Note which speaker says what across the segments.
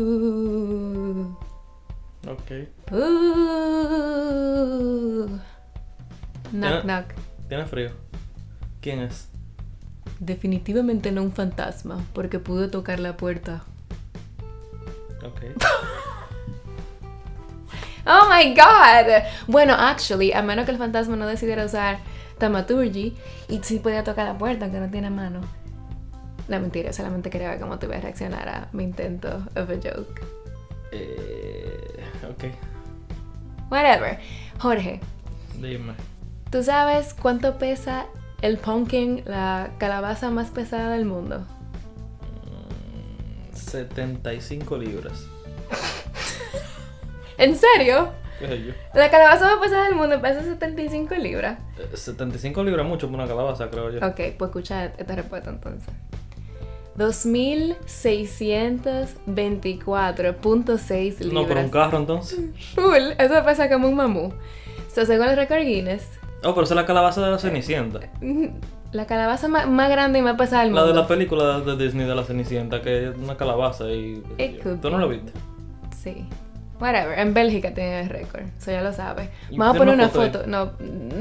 Speaker 1: Boo.
Speaker 2: Ok.
Speaker 1: Boo. Knock,
Speaker 2: Ya.
Speaker 1: knock.
Speaker 2: Tiene frío. ¿Quién es?
Speaker 1: Definitivamente no un fantasma, porque pude tocar la puerta.
Speaker 2: Ok.
Speaker 1: Oh my god. Bueno, actually, a menos que el fantasma no decidiera usar Tamaturgy y sí podía tocar la puerta, aunque no tiene mano. No, mentira, solamente quería ver cómo te iba a reaccionar a mi intento of a joke.
Speaker 2: Eh, ok.
Speaker 1: Whatever. Jorge,
Speaker 2: Dime.
Speaker 1: ¿tú sabes cuánto pesa el pumpkin, la calabaza más pesada del mundo?
Speaker 2: Mm, 75 libras.
Speaker 1: ¿En serio?
Speaker 2: ¿Qué sé yo?
Speaker 1: La calabaza más pesada del mundo pesa 75 libras.
Speaker 2: Eh, 75 libras mucho por una calabaza, creo yo.
Speaker 1: Ok, pues escucha esta respuesta entonces. 2624.6 libras.
Speaker 2: No, pero un carro entonces.
Speaker 1: Full, eso pesa como un mamú. So, según el récord Guinness,
Speaker 2: Oh, pero esa es la calabaza de la Cenicienta.
Speaker 1: la calabaza ma- más, grande y más pesada del
Speaker 2: La de
Speaker 1: Eh, mundo.
Speaker 2: la película de Disney de la Cenicienta, que es una calabaza y...
Speaker 1: It could
Speaker 2: ¿Tú no
Speaker 1: be.
Speaker 2: lo viste?
Speaker 1: Sí. Whatever, en Bélgica tiene el récord, eso ya lo sabes.
Speaker 2: ¿Y
Speaker 1: Vamos a
Speaker 2: tiene
Speaker 1: poner
Speaker 2: una
Speaker 1: una
Speaker 2: foto ahí?
Speaker 1: foto. No,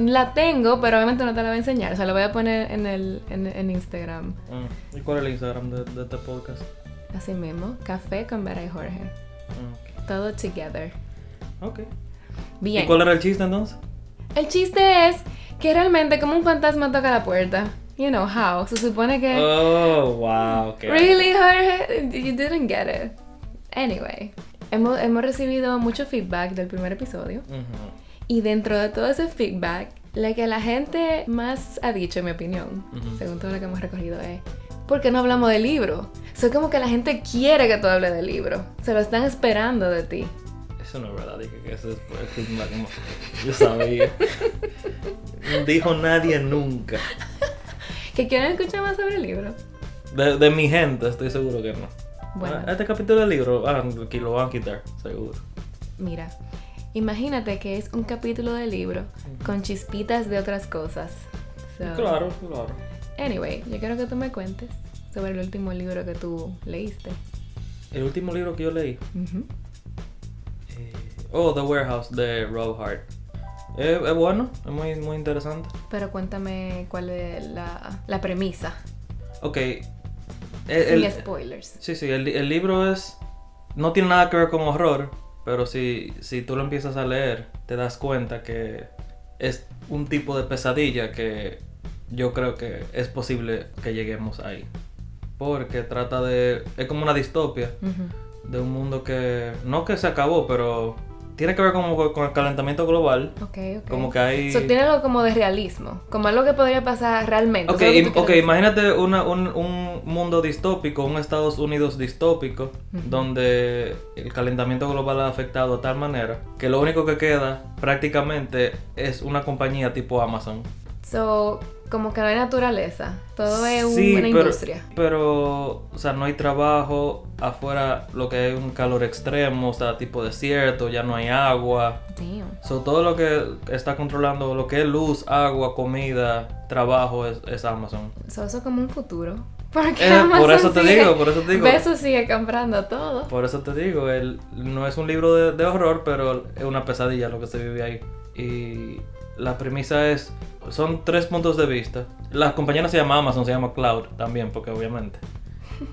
Speaker 1: la tengo, pero obviamente no te la voy a enseñar. O sea, la voy a poner en, el, en, en Instagram.
Speaker 2: Ah, ¿Y cuál es el Instagram de, de este podcast?
Speaker 1: Así mismo, café con Vera y Jorge.
Speaker 2: Ah,
Speaker 1: Todo together.
Speaker 2: Ok.
Speaker 1: Bien.
Speaker 2: ¿Y cuál era el chiste entonces?
Speaker 1: El chiste es que realmente como un fantasma toca la puerta. You know how. Se supone que...
Speaker 2: Oh, wow. qué
Speaker 1: Really, Jorge? You didn't get it. Anyway. Hemos, hemos recibido mucho feedback del primer episodio.
Speaker 2: Ujú,
Speaker 1: Y dentro de todo ese feedback, la que la gente más ha dicho, en mi opinión,
Speaker 2: Ujú.
Speaker 1: según todo lo que hemos recogido, es... ¿Por qué no hablamos de libro? Soy como que la gente quiere que tú hables de libro. Se lo están esperando de ti.
Speaker 2: Eso no es verdad, dije que eso es por el feedback. no. Yo sabía. No Dijo nadie nunca.
Speaker 1: ¿Que quieren escuchar más sobre el libro?
Speaker 2: De, de mi gente, estoy seguro que no.
Speaker 1: Bueno.
Speaker 2: Ah, Este capítulo del libro, ah, aquí lo van a quitar, seguro.
Speaker 1: Mira, imagínate que es un capítulo de libro con chispitas de otras cosas. So,
Speaker 2: Claro, claro.
Speaker 1: Anyway, yo quiero que tú me cuentes sobre el último libro que tú leíste.
Speaker 2: El último libro que yo leí,
Speaker 1: Ujú.
Speaker 2: eh, oh, The Warehouse de Rob Hart. Eh, Es es bueno, es muy, muy interesante.
Speaker 1: Pero cuéntame cuál es la, la premisa.
Speaker 2: Ok. eh,
Speaker 1: Sin
Speaker 2: el-
Speaker 1: spoilers.
Speaker 2: Sí, sí, el, li- el libro es. No tiene nada que ver con horror, pero si, si tú lo empiezas a leer, te das cuenta que es un tipo de pesadilla que yo creo que es posible que lleguemos ahí. Porque trata de. Es como una distopia
Speaker 1: Ujú.
Speaker 2: de un mundo que. No que se acabó, pero. Tiene que ver como con- con el calentamiento global.
Speaker 1: Ok, ok.
Speaker 2: Como que hay.
Speaker 1: So, tiene algo como de realismo, como algo que podría pasar realmente.
Speaker 2: Ok,
Speaker 1: Eso es
Speaker 2: im-
Speaker 1: lo que tú
Speaker 2: ok,
Speaker 1: quieres
Speaker 2: imagínate una- un, un mundo distópico, un Estados Unidos distópico, donde el calentamiento global ha afectado de tal manera que lo único que queda prácticamente es una compañía tipo Amazon.
Speaker 1: decir. So, como que no hay naturaleza, todo es un-
Speaker 2: Sí,
Speaker 1: una
Speaker 2: pero-
Speaker 1: industria.
Speaker 2: Pero, o sea, no hay trabajo, afuera lo que hay un calor extremo, o sea, tipo desierto, ya no hay agua.
Speaker 1: Damn.
Speaker 2: So, todo lo que está controlando, lo que es luz, agua, comida, trabajo, es, es Amazon.
Speaker 1: So, eso es como un futuro. Porque
Speaker 2: Eh, por
Speaker 1: Amazon
Speaker 2: eso te
Speaker 1: sigue-
Speaker 2: digo, por eso te digo.
Speaker 1: Beso sigue comprando todo.
Speaker 2: Por eso te digo, el, no es un libro de, de horror, pero es una pesadilla lo que se vive ahí. Y la premisa es, son tres puntos de vista. La compañía no se llama Amazon, se llama Cloud también, porque obviamente.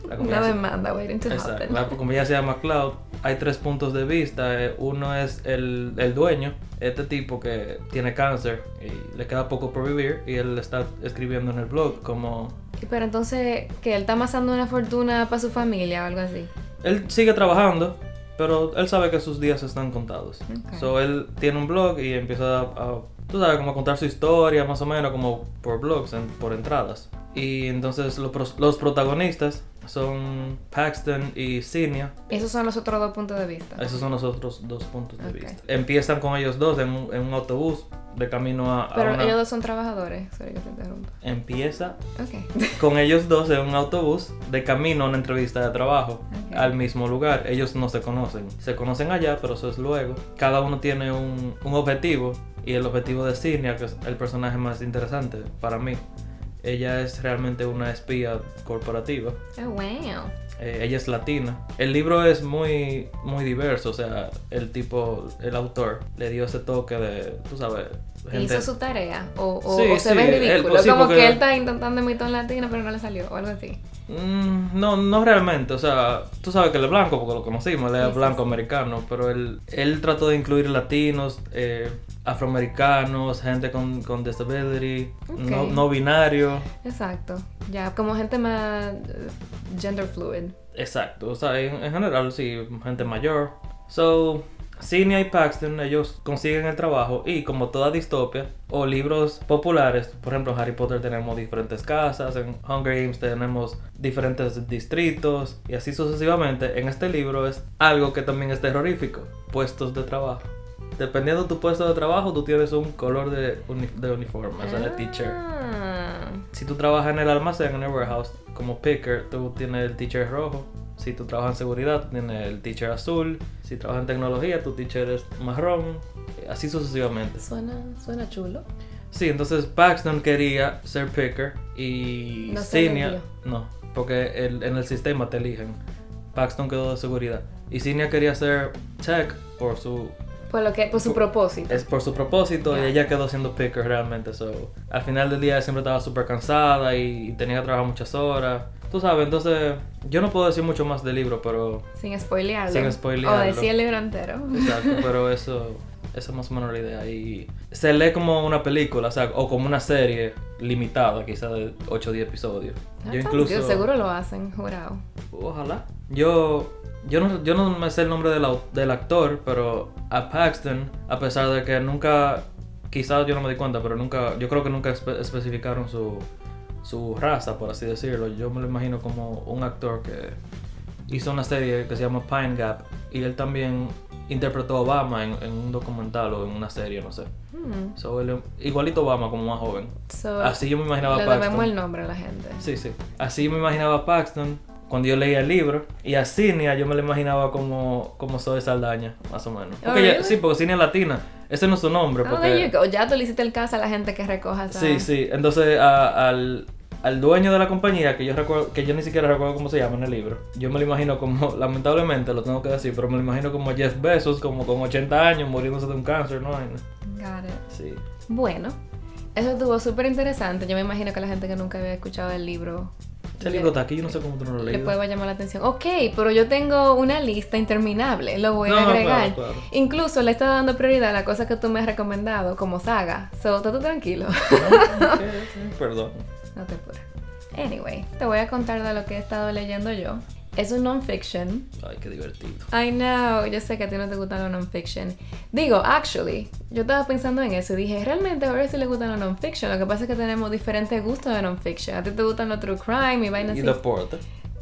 Speaker 2: La compañía
Speaker 1: Una
Speaker 2: se-
Speaker 1: demanda waiting to
Speaker 2: Exacto,
Speaker 1: happen.
Speaker 2: la compañía se llama Cloud. Hay tres puntos de vista. eh, Uno es el, el dueño, este tipo que tiene cáncer y le queda poco por vivir y él está escribiendo en el blog como
Speaker 1: Pero entonces, que él está amasando una fortuna para su familia o algo así.
Speaker 2: Él sigue trabajando, pero él sabe que sus días están contados.
Speaker 1: Ok.
Speaker 2: So él tiene un blog y empieza a, a- tú sabes, como a contar su historia, más o menos, como por blogs, en- por entradas. Y entonces lo pros- los protagonistas son Paxton y Sinia.
Speaker 1: Esos son los otros dos puntos de vista.
Speaker 2: Esos son los otros dos puntos de
Speaker 1: Ok.
Speaker 2: vista. Empiezan con ellos dos en un, en un autobús de camino a, a
Speaker 1: Pero
Speaker 2: una-
Speaker 1: ellos dos son trabajadores. Sorry que te interrumpa.
Speaker 2: Empieza
Speaker 1: Ok.
Speaker 2: con ellos dos en un autobús de camino a una entrevista de trabajo
Speaker 1: Ok.
Speaker 2: al mismo lugar. Ellos no se conocen. Se conocen allá, pero eso es luego. Cada uno tiene un, un objetivo y el objetivo de Sidney, que es el personaje más interesante para mí, Ella es realmente una espía corporativa.
Speaker 1: Oh, wow.
Speaker 2: Eh, ella es latina. El libro es muy, muy diverso, o sea, el tipo, el autor, le dio ese toque de, tú sabes, gente...
Speaker 1: Hizo su tarea. O, o-
Speaker 2: Sí,
Speaker 1: o se
Speaker 2: sí,
Speaker 1: ve
Speaker 2: él-
Speaker 1: ridículo.
Speaker 2: pues sí,
Speaker 1: como
Speaker 2: porque-
Speaker 1: que él está intentando imitar un latino, pero no le salió. O algo así.
Speaker 2: Mm, no, no realmente, o sea, tú sabes que él es blanco, porque lo conocimos, él
Speaker 1: Sí,
Speaker 2: es
Speaker 1: sí,
Speaker 2: blanco americano, pero él, él trató de incluir latinos, eh, afroamericanos, gente con, con disability, no,
Speaker 1: Ok.
Speaker 2: no binario.
Speaker 1: Exacto. Ya, como gente más eh, gender fluid.
Speaker 2: Exacto, o sea, en, en general, sí, gente mayor. So, Sidney y Paxton, ellos consiguen el trabajo y como toda distopia o libros populares, por ejemplo, en Harry Potter tenemos diferentes casas, en Hunger Games tenemos diferentes distritos y así sucesivamente, en este libro es algo que también es terrorífico, puestos de trabajo. Dependiendo de tu puesto de trabajo, tú tienes un color de, uni- de uniforme, o sea, de teacher
Speaker 1: Ah.
Speaker 2: si tú trabajas en el almacén, en el warehouse, como picker, tú tienes el teacher rojo. Si tú trabajas en seguridad, tú tienes el teacher azul. Si trabajas en tecnología, tu teacher es marrón. Así sucesivamente.
Speaker 1: Suena, suena chulo.
Speaker 2: Sí, entonces Paxton quería ser picker y
Speaker 1: No se
Speaker 2: Sinia-
Speaker 1: eligió.
Speaker 2: No, porque el- en el sistema te eligen. Paxton quedó de seguridad. Y Sinia quería ser tech por su
Speaker 1: Por lo que, por su
Speaker 2: Por-
Speaker 1: propósito.
Speaker 2: es por su propósito
Speaker 1: Ya.
Speaker 2: y ella quedó siendo picker realmente. So, al final del día siempre estaba súper cansada y tenía que trabajar muchas horas. Tú sabes, entonces yo no puedo decir mucho más del libro, pero
Speaker 1: Sin spoilearlo.
Speaker 2: Sin spoilearlo.
Speaker 1: O decir el libro entero.
Speaker 2: exacto, pues. pero eso, esa es más o menos la idea. Y se lee como una película, o sea, o como una serie limitada, quizá de 8 o 10 episodios.
Speaker 1: That
Speaker 2: Yo
Speaker 1: sounds
Speaker 2: incluso
Speaker 1: good, Ah, Seguro lo hacen, jurado.
Speaker 2: Ojalá. Yo, yo, no, yo no me sé el nombre del, au- del actor, pero a Paxton, a pesar de que nunca, quizás yo no me di cuenta, pero nunca, yo creo que nunca espe- especificaron su, su raza, por así decirlo. Yo me lo imagino como un actor que hizo una serie que se llama Pine Gap y él también interpretó a Obama en, en un documental o en una serie, no sé.
Speaker 1: Hmm.
Speaker 2: So, él es igualito a Obama, como más joven.
Speaker 1: So,
Speaker 2: Así yo me imaginaba a
Speaker 1: le
Speaker 2: Paxton.
Speaker 1: debemos el nombre a la gente.
Speaker 2: Sí, sí. Así me imaginaba a Paxton cuando yo leía el libro. Y a Cinia yo me la imaginaba como, como Zoe Saldaña, más o menos.
Speaker 1: Oh,
Speaker 2: Porque ella-
Speaker 1: really?
Speaker 2: sí, porque Cinia es latina. Ese no es su nombre.
Speaker 1: Ah,
Speaker 2: Porque...
Speaker 1: there you go. Ya tú le hiciste el caso a la gente que recoja esa-
Speaker 2: Sí, sí. Entonces a- al, al dueño de la compañía, que yo recuerdo, que yo ni siquiera recuerdo cómo se llama en el libro, yo me lo imagino como, lamentablemente lo tengo que decir, pero me lo imagino como Jeff Bezos, como con 80 años, muriéndose de un cáncer, ¿no?
Speaker 1: Got it.
Speaker 2: Sí.
Speaker 1: Bueno, eso estuvo súper interesante. Yo me imagino que la gente que nunca había escuchado el libro
Speaker 2: Este libro está aquí, yo no sé cómo tú no lo
Speaker 1: le
Speaker 2: leíste.
Speaker 1: puede llamar la atención. Ok, pero yo tengo una lista interminable, lo voy
Speaker 2: No,
Speaker 1: a
Speaker 2: no,
Speaker 1: agregar.
Speaker 2: claro, claro.
Speaker 1: Incluso le he estado dando prioridad a la cosa que tú me has recomendado como saga. So, todo tranquilo.
Speaker 2: Perdón.
Speaker 1: No te apures. Anyway, te voy a contar de lo que he estado leyendo yo. Es un non-fiction.
Speaker 2: Ay, qué divertido.
Speaker 1: I know, yo sé que a ti no te gustan los non-fiction. Digo, actually, yo estaba pensando en eso y dije, realmente a ver si le gustan los non-fiction. Lo que pasa es que tenemos diferentes gustos de non-fiction. A ti te gustan los true crime y vainas
Speaker 2: Y
Speaker 1: así.
Speaker 2: deporte.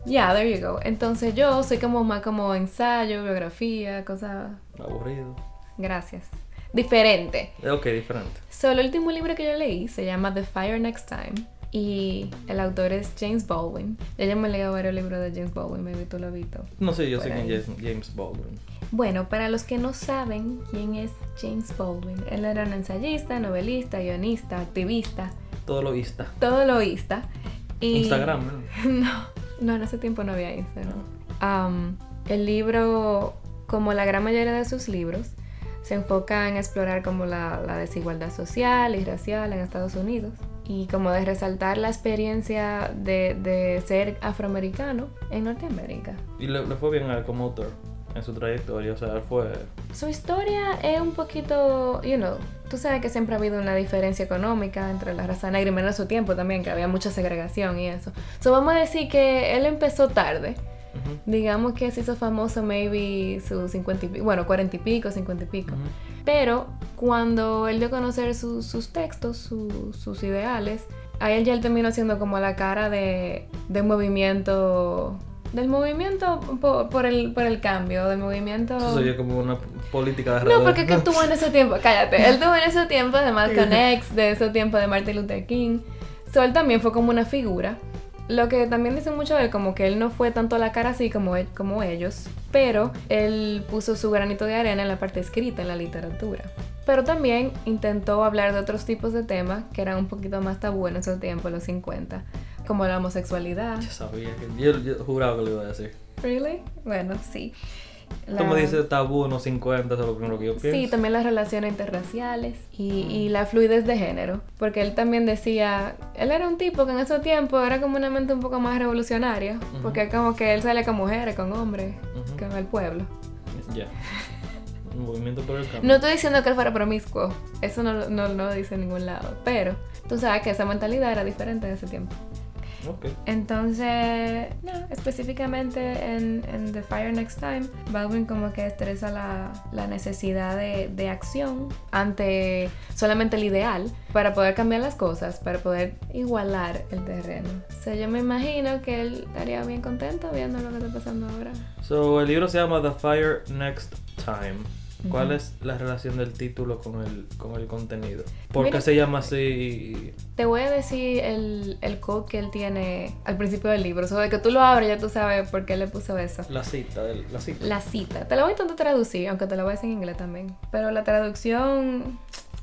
Speaker 1: Yeah, there you go. Entonces yo soy como más como ensayo, biografía, cosas...
Speaker 2: Aburrido.
Speaker 1: Gracias. Diferente.
Speaker 2: Eh, Ok, diferente.
Speaker 1: Solo el último libro que yo leí se llama The Fire Next Time y el autor es James Baldwin. Ya yo me he leído varios libros de James Baldwin, maybe tú lo has visto.
Speaker 2: No sé, yo
Speaker 1: Por
Speaker 2: sé quién
Speaker 1: ahí.
Speaker 2: es James Baldwin.
Speaker 1: Bueno, para los que no saben quién es James Baldwin, él era un ensayista, novelista, guionista, activista,
Speaker 2: Todo lo vista.
Speaker 1: todo loísta. Y...
Speaker 2: Instagram, ¿no?
Speaker 1: No, no, en ese tiempo no había Instagram. Am, el libro, como la gran mayoría de sus libros, se enfoca en explorar como la, la desigualdad social y racial en Estados Unidos y como de resaltar la experiencia de, de ser afroamericano en Norteamérica.
Speaker 2: Y le, le fue bien a él como autor en su trayectoria. O sea, él fue.
Speaker 1: Su historia es un poquito, you know, tú sabes que siempre ha habido una diferencia económica entre la raza negra y menos en su tiempo también, que había mucha segregación y eso. So vamos a decir que él empezó tarde,
Speaker 2: Ujú,
Speaker 1: digamos que se hizo famoso maybe sus 50 y pico, bueno, 40 y pico, 50 y pico.
Speaker 2: ujú.
Speaker 1: Pero cuando él dio a conocer su- sus textos, su- sus ideales, a él ya él terminó siendo como la cara de, de un movimiento, del movimiento po- por, el, por el cambio, del movimiento...
Speaker 2: Eso se oye como una política de
Speaker 1: No,
Speaker 2: alrededor.
Speaker 1: porque es que él tuvo en ese tiempo, cállate, él tuvo en ese tiempo de Malcolm X, de ese tiempo de Martin Luther King. So, él también fue como una figura Lo que también dice mucho de él, como que él no fue tanto a la cara así como, él- como ellos, pero él puso su granito de arena en la parte escrita, en la literatura. Pero también intentó hablar de otros tipos de temas que eran un poquito más tabú en esos tiempos, los 50, como la homosexualidad.
Speaker 2: Yo sabía que. Yo, yo juraba que lo iba a decir.
Speaker 1: ¿Really? Bueno, sí. La-
Speaker 2: Tú me dices tabú, no 50, eso es Ah. lo primero que yo pienso.
Speaker 1: Sí, también las relaciones interraciales y, y la fluidez de género. Porque él también decía, él era un tipo que en ese tiempo era como una mente un poco más revolucionaria. Porque como que él sale con mujeres, con hombres,
Speaker 2: Ujú.
Speaker 1: con el pueblo.
Speaker 2: Ya. Un movimiento por el cambio.
Speaker 1: No estoy diciendo que él fuera promiscuo, eso no, lo- no, no lo dice en ningún lado. Pero tú sabes que esa mentalidad era diferente en ese tiempo.
Speaker 2: Ok.
Speaker 1: Entonces, no, específicamente en, en The Fire Next Time, Baldwin como que estresa la, la necesidad de, de acción ante solamente el ideal para poder cambiar las cosas, para poder igualar el terreno. O sea, yo me imagino que él estaría bien contento viendo lo que está pasando ahora.
Speaker 2: So, el libro se llama The Fire Next Time. ¿Cuál
Speaker 1: Ujú.
Speaker 2: es la relación del título con el, con el contenido? ¿Por
Speaker 1: Mira-
Speaker 2: qué se llama así?
Speaker 1: Te voy a decir el, el code que él tiene al principio del libro. O sea, de que tú lo abres ya tú sabes por qué le puso eso.
Speaker 2: La cita, del- la cita.
Speaker 1: La cita. Te la voy a intentar traducir, aunque te la voy a decir en inglés también. Pero la traducción.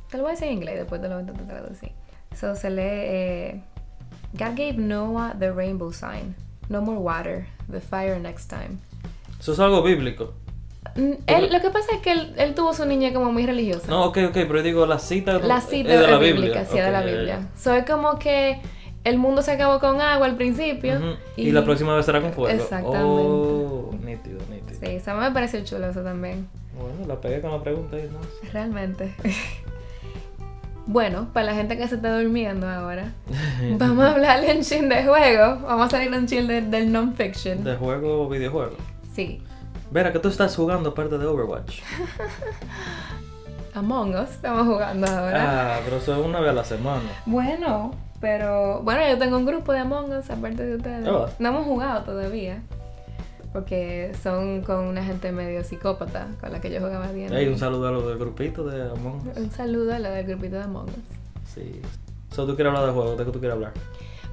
Speaker 1: Te la voy a decir en inglés y después te la voy a intentar traducir. So se lee. eh, God gave Noah the rainbow sign. No more water. The fire next time.
Speaker 2: Eso es algo bíblico.
Speaker 1: Mm, Él, lo que pasa es que él, él tuvo su niña como muy religiosa.
Speaker 2: No, ok, ok, pero yo digo la cita.
Speaker 1: La
Speaker 2: es
Speaker 1: cita
Speaker 2: de la
Speaker 1: bíblica,
Speaker 2: Biblia.
Speaker 1: sí, de
Speaker 2: Ok,
Speaker 1: la
Speaker 2: ya, ya,
Speaker 1: Biblia. So es como que el mundo se acabó con agua al principio.
Speaker 2: Ujú. y... la próxima vez será con fuego.
Speaker 1: Exactamente.
Speaker 2: Oh, nítido, nítido.
Speaker 1: Sí, eso me pareció chulo eso también.
Speaker 2: Bueno, la pegué con la pregunta y no.
Speaker 1: Realmente. Bueno, para la gente que se está durmiendo ahora, vamos a hablarle un chin de juego. Vamos a salir un chin de- del non-fiction.
Speaker 2: ¿De juego o videojuego?
Speaker 1: Sí.
Speaker 2: Vera, que tú estás jugando aparte de Overwatch.
Speaker 1: Among Us estamos jugando ahora.
Speaker 2: Ah, pero eso es una vez a la semana.
Speaker 1: Bueno, pero. Bueno, yo tengo un grupo de Among Us aparte de ustedes.
Speaker 2: Oh.
Speaker 1: No hemos jugado todavía. Porque son con una gente medio psicópata con la que yo jugaba bien.
Speaker 2: Hey, un saludo a los del grupito de Among Us.
Speaker 1: Un saludo a lo del grupito de Among Us.
Speaker 2: Sí. So, ¿Tú quieres hablar de juego? ¿De qué tú quieres hablar?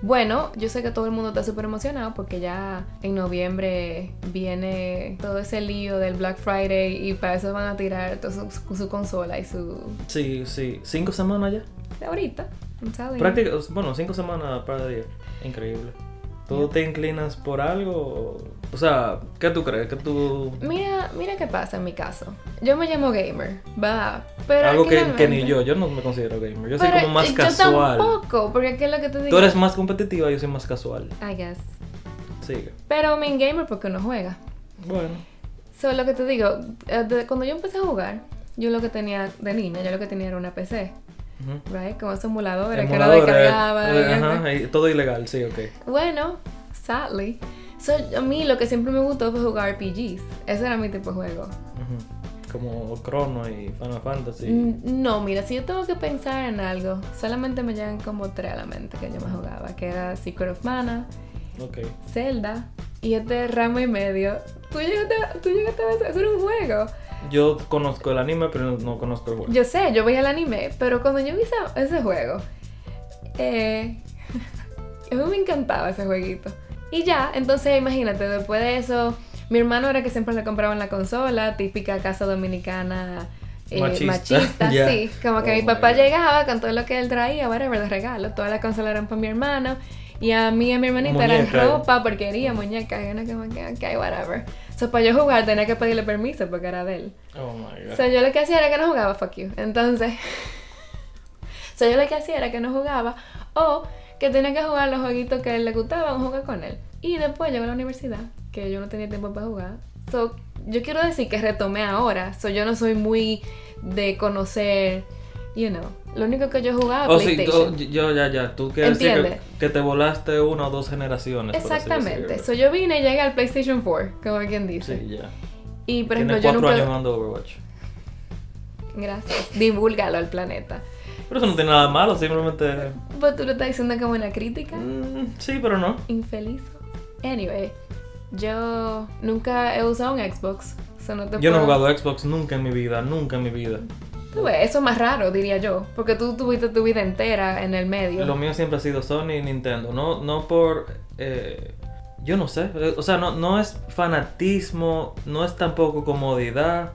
Speaker 1: Bueno, yo sé que todo el mundo está súper emocionado porque ya en noviembre viene todo ese lío del Black Friday y para eso van a tirar toda su, su- su consola y su...
Speaker 2: Sí, sí. ¿Cinco semanas ya?
Speaker 1: de ahorita, un sábado.
Speaker 2: Práctica, bueno, cinco semanas para día. Increíble. ¿Tú te inclinas por algo? O sea, ¿qué tú crees? ¿Que tú...
Speaker 1: Mira, mira qué pasa en mi caso. Yo me llamo gamer, va, pero...
Speaker 2: algo que, que ni
Speaker 1: realmente-
Speaker 2: yo, yo no me considero gamer. Yo soy
Speaker 1: Pero
Speaker 2: como más
Speaker 1: yo
Speaker 2: casual.
Speaker 1: tampoco, porque ¿qué es lo que te digo?
Speaker 2: Tú eres más competitiva, yo soy más casual.
Speaker 1: I guess.
Speaker 2: Sigue.
Speaker 1: Pero me gamer porque uno juega.
Speaker 2: Bueno.
Speaker 1: So, lo que te digo, eh, de- cuando yo empecé a jugar, yo lo que tenía de niña, yo lo que tenía era una PC.
Speaker 2: Ujú.
Speaker 1: Right, como esos emuladores que lo
Speaker 2: Emuladores,
Speaker 1: descargaba.
Speaker 2: eh,
Speaker 1: y
Speaker 2: ajá, y todo ilegal, sí, ok.
Speaker 1: eso. Bueno, sadly. So, a mí lo que siempre me gustó fue jugar RPGs. Ese era mi tipo de juego.
Speaker 2: Ujú. Como Chrono y Final Fantasy.
Speaker 1: N- No, mira, si yo tengo que pensar en algo, solamente me llegan como tres a la mente que yo me jugaba, que era Secret of Mana,
Speaker 2: Ok.
Speaker 1: Zelda y este ramo y medio. Tú llegaste, tú llegaste a ver, eso era un juego.
Speaker 2: Yo conozco el anime, pero no- no conozco el juego.
Speaker 1: Yo sé, yo veía el anime, pero cuando yo vi esa- ese juego, eh, a mí me encantaba ese jueguito. Y ya, entonces imagínate, después de eso, mi hermano era que siempre le compraban la consola, típica casa dominicana eh,
Speaker 2: Machista.
Speaker 1: machista,
Speaker 2: Ya.
Speaker 1: sí. Como que
Speaker 2: Oh
Speaker 1: mi
Speaker 2: my
Speaker 1: papá
Speaker 2: God.
Speaker 1: llegaba con todo lo que él traía, whatever, de regalo, todas las consolas eran para mi hermano. Y a mí y a mi hermanita eran
Speaker 2: Muñeca.
Speaker 1: ropa, porquería, muñeca, y uno como que, ok, whatever. So, para yo jugar tenía que pedirle permiso porque era de él.
Speaker 2: Oh my god.
Speaker 1: So, yo lo que hacía era que no jugaba, fuck you. Entonces, so, yo lo que hacía era que no jugaba o que tenía que jugar los jueguitos que a él le gustaban, jugar con él. Y después llegué a la universidad, que yo no tenía tiempo para jugar. So, yo quiero decir que retomé ahora. So, yo no soy muy de conocer, you know. Lo único que yo jugaba
Speaker 2: Oh, sí,
Speaker 1: PlayStation.
Speaker 2: tú- yo ya, ya. Tú quieres decir que,
Speaker 1: Entiende.
Speaker 2: que te volaste una o dos generaciones. por así
Speaker 1: Exactamente.
Speaker 2: decirlo.
Speaker 1: So, yo vine y llegué al PlayStation 4, como quien dice.
Speaker 2: Sí, ya.
Speaker 1: Y por ejemplo,
Speaker 2: Tienes
Speaker 1: yo
Speaker 2: cuatro
Speaker 1: nunca.
Speaker 2: años jugando Overwatch.
Speaker 1: Gracias. Divúlgalo al planeta.
Speaker 2: Pero eso no tiene nada de malo, simplemente.
Speaker 1: Pero tú lo estás diciendo como una crítica.
Speaker 2: mm, sí, pero no.
Speaker 1: infeliz. Anyway, yo nunca he usado un Xbox. so no te
Speaker 2: Yo no he
Speaker 1: puedo-
Speaker 2: jugado a Xbox nunca en mi vida, nunca en mi vida.
Speaker 1: Tú ves, Eso es más raro, diría yo. Porque tú tuviste tu vida entera en el medio.
Speaker 2: Lo mío siempre ha sido Sony y Nintendo. No, no por. eh, yo no sé. Eh, O sea, no, no es fanatismo, no es tampoco comodidad.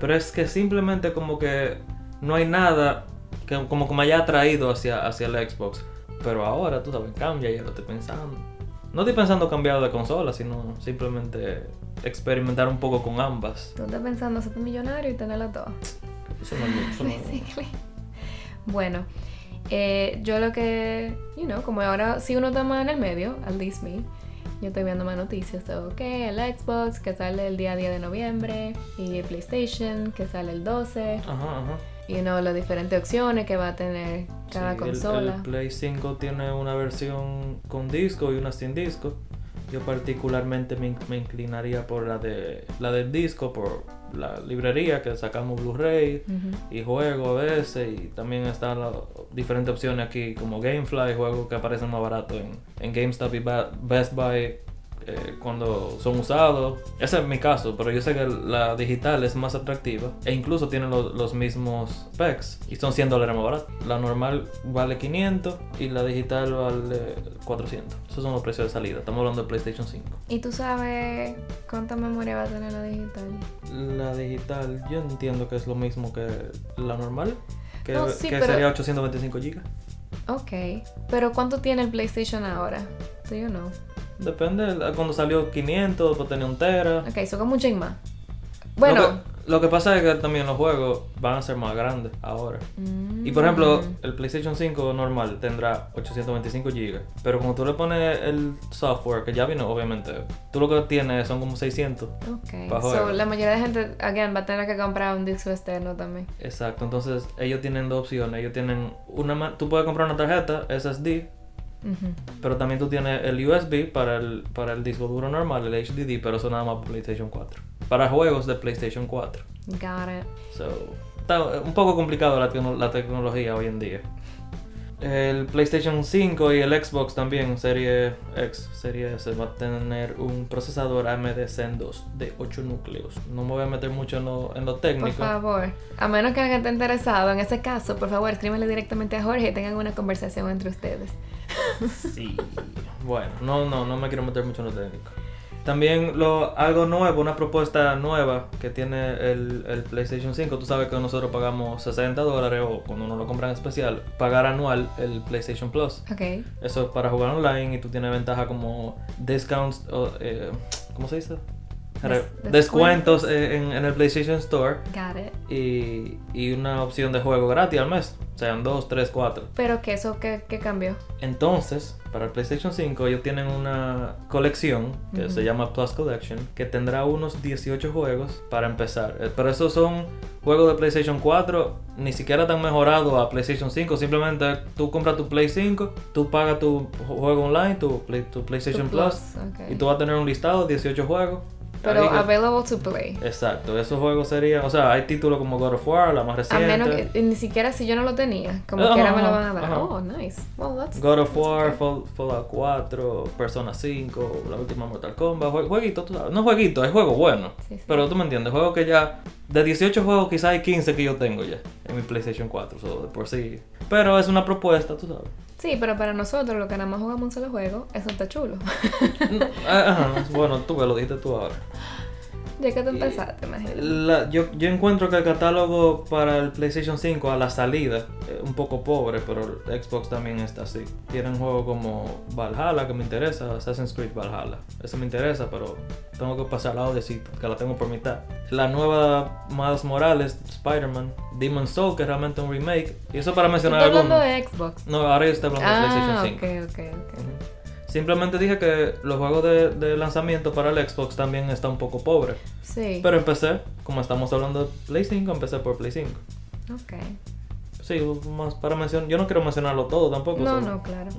Speaker 2: Pero es que simplemente como que no hay nada que como que me haya atraído hacia, hacia el Xbox. Pero ahora, tú sabes, cambia y ya lo estoy pensando. No estoy pensando cambiar de consola, sino simplemente experimentar un poco con ambas.
Speaker 1: Tú estás pensando ser millonario y tenerla toda.
Speaker 2: Eso no- eso no-
Speaker 1: Basically. Bueno, eh, yo lo que, you know, como ahora si uno está más en el medio, at least me, yo estoy viendo más noticias de que el Xbox que sale el día 10 de noviembre y el PlayStation que sale el 12
Speaker 2: Ajá, ajá.
Speaker 1: y you know, las diferentes opciones que va a tener cada
Speaker 2: Sí, el-
Speaker 1: consola.
Speaker 2: El, Play 5 tiene una versión con disco y una sin disco. Yo particularmente me, in- me inclinaría por la de la del disco, por la librería que sacamos Blu-ray
Speaker 1: Ujú.
Speaker 2: y juego a veces y también están las diferentes opciones aquí como GameFly, juegos que aparecen más baratos en, en GameStop y Ba- Best Buy eh, cuando son usados. Ese es mi caso, pero yo sé que la digital es más atractiva e incluso tiene lo- los mismos specs y son 100 dólares más baratos. La normal vale 500 y la digital vale 400. Esos son los precios de salida. Estamos hablando de PlayStation 5.
Speaker 1: Y tú sabes cuánta memoria va a tener la digital.
Speaker 2: La digital, yo entiendo que es lo mismo que la normal, que,
Speaker 1: No, sí,
Speaker 2: que
Speaker 1: pero-
Speaker 2: sería 825 GB.
Speaker 1: Ok, pero ¿cuánto tiene el PlayStation ahora? Do you know?
Speaker 2: Depende, la- cuando salió 500, después tenía un tera.
Speaker 1: Ok, eso con mucho más. Bueno.
Speaker 2: Lo que, lo que pasa es que también los juegos van a ser más grandes ahora.
Speaker 1: Mm,
Speaker 2: Y por ejemplo, el PlayStation 5 normal tendrá 825 GB. Pero cuando tú le pones el software, que ya vino, obviamente, tú lo que tienes son como 600.
Speaker 1: Ok,
Speaker 2: Pa'
Speaker 1: so,
Speaker 2: juego.
Speaker 1: la mayoría de gente, again, va a tener que comprar un disco externo también.
Speaker 2: Exacto, entonces ellos tienen dos opciones. Ellos tienen una. ma- Tú puedes comprar una tarjeta SSD
Speaker 1: Ujú.
Speaker 2: Pero también tú tienes el USB para el, para el disco duro normal, el HDD, pero eso nada más para PlayStation 4. Para juegos de PlayStation 4.
Speaker 1: Got it.
Speaker 2: So, está un poco complicado la, tecno- la tecnología hoy en día. El PlayStation 5 y el Xbox también, serie X, serie S, va a tener un procesador AMD Zen 2 de 8 núcleos. No me voy a meter mucho en lo, en lo
Speaker 1: Por
Speaker 2: técnico.
Speaker 1: favor, a menos que alguien esté interesado en ese caso, por favor, escríbele directamente a Jorge y tengan una conversación entre ustedes.
Speaker 2: Sí. Bueno, no, no, no me quiero meter mucho en lo técnico. También lo, algo nuevo, una propuesta nueva que tiene el, el PlayStation 5. Tú sabes que nosotros pagamos 60 dólares o cuando uno lo compra en especial, pagar anual el PlayStation Plus.
Speaker 1: Ok.
Speaker 2: Eso es para jugar online y tú tienes ventaja como discounts, o, eh, ¿cómo se dice? Re-
Speaker 1: Des-
Speaker 2: descuentos en, en el PlayStation Store
Speaker 1: Got it.
Speaker 2: y, y una opción de juego gratis al mes, sean 2, 3, 4.
Speaker 1: Pero que eso, ¿qué, qué cambió?
Speaker 2: Entonces, para el PlayStation 5 ellos tienen una colección que
Speaker 1: Ujú.
Speaker 2: se llama Plus Collection, que tendrá unos 18 juegos para empezar. Eh, Pero esos son juegos de PlayStation 4, ni siquiera tan mejorados a PlayStation 5, simplemente tú compras tu Play 5, tú pagas tu juego online, tu, Play- tu PlayStation
Speaker 1: Tu
Speaker 2: Plus,
Speaker 1: ok.
Speaker 2: y tú vas a tener un listado de 18 juegos.
Speaker 1: Pero
Speaker 2: Ahí que-
Speaker 1: available to play.
Speaker 2: Exacto, esos juegos serían, o sea, hay títulos como God of War, la más
Speaker 1: A
Speaker 2: reciente.
Speaker 1: menos que, ni siquiera si yo no lo tenía, como
Speaker 2: Ajá,
Speaker 1: quiera me lo van a dar.
Speaker 2: ajá.
Speaker 1: Oh, nice. Well, that's...
Speaker 2: God of War, Fall- Fallout 4, Persona 5, la última Mortal Kombat, jue- jueguito, tú sabes. No jueguito, es juego bueno.
Speaker 1: Sí, sí.
Speaker 2: Pero tú me entiendes, juego que ya. De 18 juegos, quizás hay 15 que yo tengo ya en mi PlayStation 4, so, de por sí. Pero es una propuesta, tú sabes.
Speaker 1: Sí, pero para nosotros, lo que nada más jugamos un solo juego, eso está chulo.
Speaker 2: No, eh, ajá, bueno, tú que lo dijiste tú ahora.
Speaker 1: ya que tú empezaste, imagínate.
Speaker 2: La- yo, yo encuentro que el catálogo para el PlayStation 5 a la salida es un poco pobre, pero el Xbox también está así. Tienen juegos como Valhalla, que me interesa, Assassin's Creed Valhalla. Eso me interesa, pero tengo que pasar al lado de sí, que la tengo por mitad. La nueva Miles Morales, Spider-Man, Demon's Soul, que es realmente un remake. Y eso para
Speaker 1: Tú
Speaker 2: mencionar
Speaker 1: estás hablando
Speaker 2: algunos.
Speaker 1: de Xbox.
Speaker 2: No, ahora yo estoy hablando de PlayStation
Speaker 1: Ah,
Speaker 2: 5.
Speaker 1: ok, ok, ok.
Speaker 2: Ujú. Simplemente dije que los juegos de, de lanzamiento para el Xbox también está un poco pobre.
Speaker 1: Sí.
Speaker 2: Pero empecé, como estamos hablando de Play 5, empecé por Play 5.
Speaker 1: ok.
Speaker 2: Sí, más para mencionar. Yo no quiero mencionarlo todo tampoco.
Speaker 1: No,
Speaker 2: solo-
Speaker 1: no, claro.
Speaker 2: Ujú.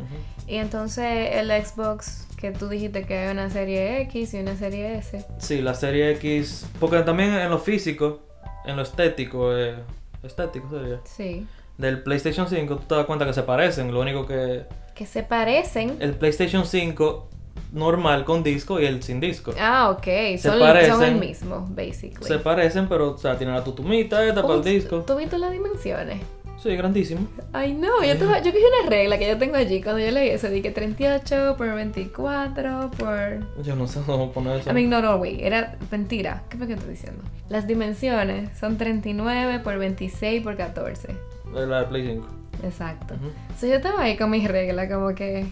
Speaker 1: Y entonces el Xbox, que tú dijiste que hay una serie X y una serie S.
Speaker 2: Sí, la serie X. Porque también en lo físico, en lo estético, eh, estético sería.
Speaker 1: Sí.
Speaker 2: Del PlayStation 5, tú te das cuenta que se parecen. Lo único que.
Speaker 1: Que se parecen.
Speaker 2: El PlayStation 5 normal con disco y el sin disco.
Speaker 1: Ah, ok. Son, son el
Speaker 2: parecen.
Speaker 1: mismo, basically.
Speaker 2: Se parecen, pero, o sea, tiene la tutumita esta para el
Speaker 1: Ups,
Speaker 2: disco.
Speaker 1: ¿Tú viste las dimensiones?
Speaker 2: Sí, grandísimo.
Speaker 1: Ay, no, yo, tuve- yo cogí una regla que yo tengo allí cuando yo leí eso. Dije 38 por 24 por...
Speaker 2: Yo no sé cómo poner eso.
Speaker 1: I mean, no, no, wait, era mentira. ¿Qué fue que estoy diciendo? Las dimensiones son 39 por 26 por 14.
Speaker 2: La de Play 5.
Speaker 1: Exacto.
Speaker 2: Ujú.
Speaker 1: So, yo estaba ahí con mis reglas, como que.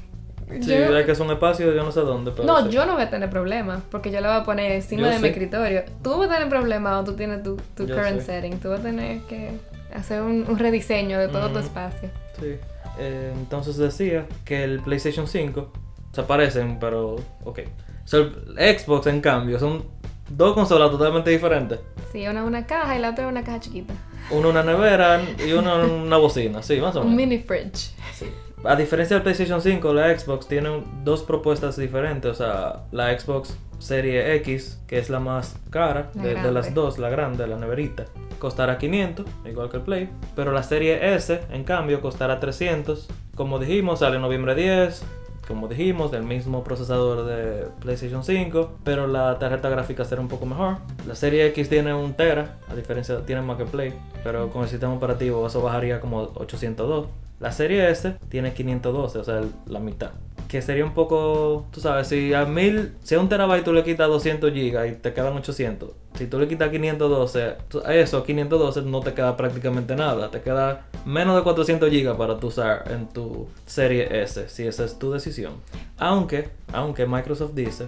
Speaker 2: Sí,
Speaker 1: yo-
Speaker 2: hay que es un espacio, yo no sé dónde, pero.
Speaker 1: no,
Speaker 2: sí.
Speaker 1: yo no voy a tener problemas, porque yo la voy a poner encima
Speaker 2: Yo
Speaker 1: de
Speaker 2: sé.
Speaker 1: mi escritorio. Tú vas a tener problemas o tú tienes tu, tu
Speaker 2: Yo
Speaker 1: current
Speaker 2: sé.
Speaker 1: setting. Tú vas a tener que hacer un, un rediseño de todo tu
Speaker 2: Ujú.
Speaker 1: espacio.
Speaker 2: Sí. Eh, entonces decía que el PlayStation 5 se parecen, pero. Ok. O sea, el Xbox, en cambio, son dos consolas totalmente diferentes.
Speaker 1: Sí, una es una caja y la otra es una caja chiquita.
Speaker 2: Uno una nevera y uno una bocina, sí, más o
Speaker 1: Un
Speaker 2: menos.
Speaker 1: mini fridge.
Speaker 2: Sí. A diferencia del PlayStation 5, la Xbox tiene un- dos propuestas diferentes. O sea, la Xbox Serie X, que es la más cara
Speaker 1: La
Speaker 2: de, de
Speaker 1: grande.
Speaker 2: las dos, la grande, la neverita, costará 500, igual que el Play. Pero la Serie S, en cambio, costará 300. Como dijimos, sale en noviembre 10. Como dijimos, del mismo procesador de PlayStation 5, pero la tarjeta gráfica será un poco mejor. La serie X tiene un Tera, a diferencia, tiene más que Play, pero con el sistema operativo eso bajaría como 802. La serie S tiene 512, o sea, el- la mitad. Que sería un poco, tú sabes, si a 1000, si a un terabyte tú le quitas 200 gigas y te quedan 800, si tú le quitas 512, tú- a eso 512 no te queda prácticamente nada, te queda menos de 400 gigas para tú usar en tu serie S, si esa es tu decisión. Aunque, aunque Microsoft dice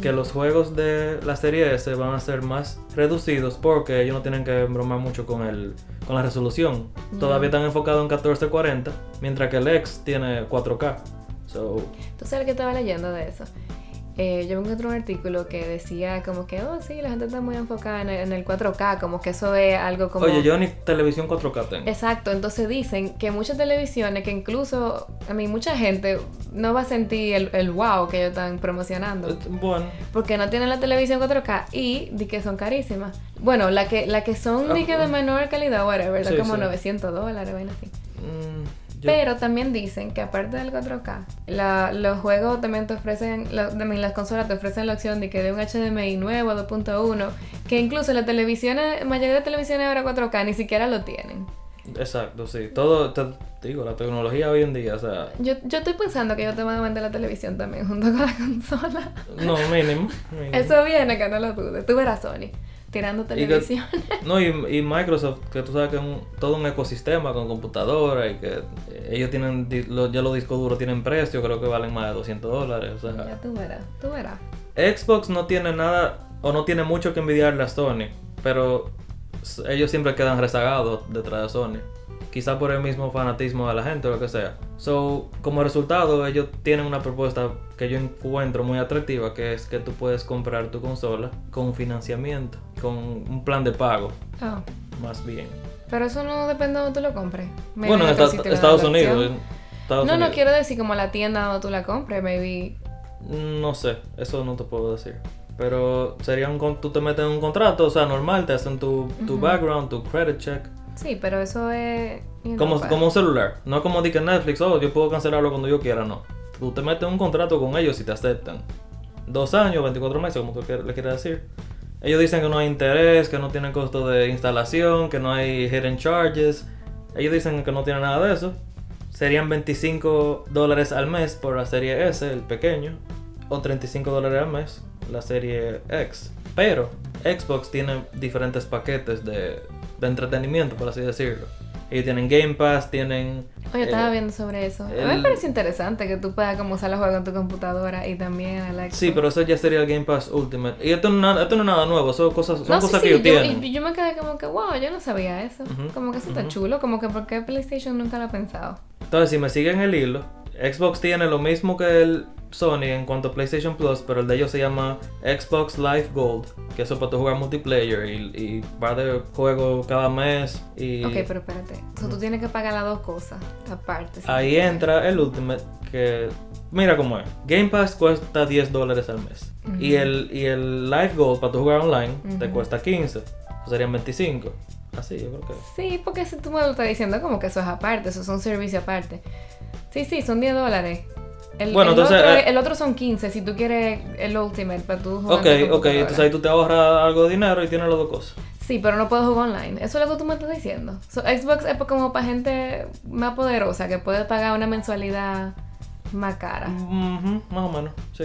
Speaker 2: que los juegos de la serie S van a ser más reducidos porque ellos no tienen que bromar mucho con el con la resolución. Todavía están enfocados en 1440, mientras que el X tiene 4K. So,
Speaker 1: Tú sabes que estaba leyendo de eso. Eh, yo me encontré un artículo que decía como que, oh, sí, la gente está muy enfocada en el, en el 4K, como que eso es algo como...
Speaker 2: oye, yo ni televisión 4K tengo.
Speaker 1: Exacto, entonces dicen que muchas televisiones, que incluso, a mí mucha gente no va a sentir el, el wow que ellos están promocionando,
Speaker 2: Eh, Bueno,
Speaker 1: porque no tienen la televisión 4K y di que son carísimas. Bueno, la que, la que son di que de menor calidad, whatever,
Speaker 2: Ah, Sí,
Speaker 1: como
Speaker 2: sí.
Speaker 1: 900 dólares, vaina así.
Speaker 2: mm, yo-
Speaker 1: Pero también dicen que aparte del 4K, la- los juegos también te ofrecen, la- también las consolas te ofrecen la opción de que de un HDMI nuevo 2.1, que incluso las televisiones, mayoría de televisiones ahora 4K ni siquiera lo tienen.
Speaker 2: exacto, sí. Todo te digo, la tecnología hoy en día, o sea,
Speaker 1: Yo, yo estoy pensando que yo te voy a vender la televisión también junto con la consola.
Speaker 2: no mínimo. mínimo.
Speaker 1: Eso viene, que no lo dudes. Tú verás Sony tirando
Speaker 2: Y que-
Speaker 1: televisión.
Speaker 2: No, y, y Microsoft, que tú sabes que es un- todo un ecosistema con computadoras y que ellos tienen, di- lo- ya los discos duros tienen precio, creo que valen más de 200 dólares. O
Speaker 1: Ya
Speaker 2: sea,
Speaker 1: tú verás, tú verás.
Speaker 2: Xbox no tiene nada o no tiene mucho que envidiarle a Sony, pero s- ellos siempre quedan rezagados detrás de Sony. Quizá por el mismo fanatismo de la gente o lo que sea. So, como resultado, ellos tienen una propuesta que yo encuentro muy atractiva, que es que tú puedes comprar tu consola con financiamiento, con un plan de pago,
Speaker 1: Oh,
Speaker 2: más bien.
Speaker 1: pero eso no depende de donde tú lo compres. Maybe
Speaker 2: Bueno,
Speaker 1: en
Speaker 2: en
Speaker 1: otro
Speaker 2: esta-
Speaker 1: sitio le dan
Speaker 2: Estados
Speaker 1: la opción.
Speaker 2: Unidos. en Estados
Speaker 1: no, no
Speaker 2: Unidos.
Speaker 1: quiero decir como la tienda donde tú la compres, maybe.
Speaker 2: No sé, eso no te puedo decir. Pero sería un. con- Tú te metes en un contrato, o sea, normal, te hacen tu, tu background, tu credit check.
Speaker 1: Sí, pero eso es. you know, pues.
Speaker 2: Como,
Speaker 1: para-
Speaker 2: como un celular. No como di que Netflix, oh, yo puedo cancelarlo cuando yo quiera, no. Tú te metes en un contrato con ellos y te aceptan. Dos años, 24 meses, como tú quer- le quieras decir. Ellos dicen que no hay interés, que no tienen costo de instalación, que no hay hidden charges. Ellos dicen que no tienen nada de eso. Serían 25 dólares al mes por la serie S, el pequeño, o 35 dólares al mes la serie X. Pero Xbox tiene diferentes paquetes de, de entretenimiento, por así decirlo. Ellos tienen Game Pass, tienen...
Speaker 1: Oye, estaba
Speaker 2: eh,
Speaker 1: viendo sobre eso. A mí me
Speaker 2: el-
Speaker 1: parece interesante que tú puedas como usar los juegos en tu computadora y también en la
Speaker 2: Sí, pero eso ya sería el Game Pass Ultimate. Y esto no, es nada- esto no es nada nuevo, son cosas, son
Speaker 1: No, sí,
Speaker 2: cosas
Speaker 1: sí,
Speaker 2: que
Speaker 1: yo,
Speaker 2: ellos tienen.
Speaker 1: y- y yo me quedé como que, wow, yo no sabía eso.
Speaker 2: Ujú,
Speaker 1: Como que eso está chulo, como que por qué PlayStation nunca lo ha pensado.
Speaker 2: Entonces, si me siguen el hilo, Xbox tiene lo mismo que el Sony en cuanto a PlayStation Plus, pero el de ellos se llama Xbox Live Gold, que eso es para tú jugar multiplayer y, y va de juego cada mes. Y
Speaker 1: Ok, pero espérate. O sea, tú tienes que pagar las dos cosas aparte. sí.
Speaker 2: ahí entra el Ultimate, que mira cómo es. Game Pass cuesta 10 dólares al mes. y, el, y el Live Gold para tú jugar online te cuesta 15, o serían 25. Así, yo creo que.
Speaker 1: Sí, porque si tú me lo estás diciendo como que eso es aparte, eso es un servicio aparte. Sí, sí, son 10 dólares. El,
Speaker 2: Bueno,
Speaker 1: el
Speaker 2: entonces,
Speaker 1: Otro,
Speaker 2: eh,
Speaker 1: el otro son 15, si tú quieres el Ultimate, para tú jugar.
Speaker 2: Ok, ok, entonces ahí tú te ahorras algo de dinero y tienes las dos cosas.
Speaker 1: Sí, pero no puedo jugar online. Eso es lo que tú me estás diciendo. So, Xbox es como para gente más poderosa que puede pagar una mensualidad más cara.
Speaker 2: Ujú, más o menos, sí.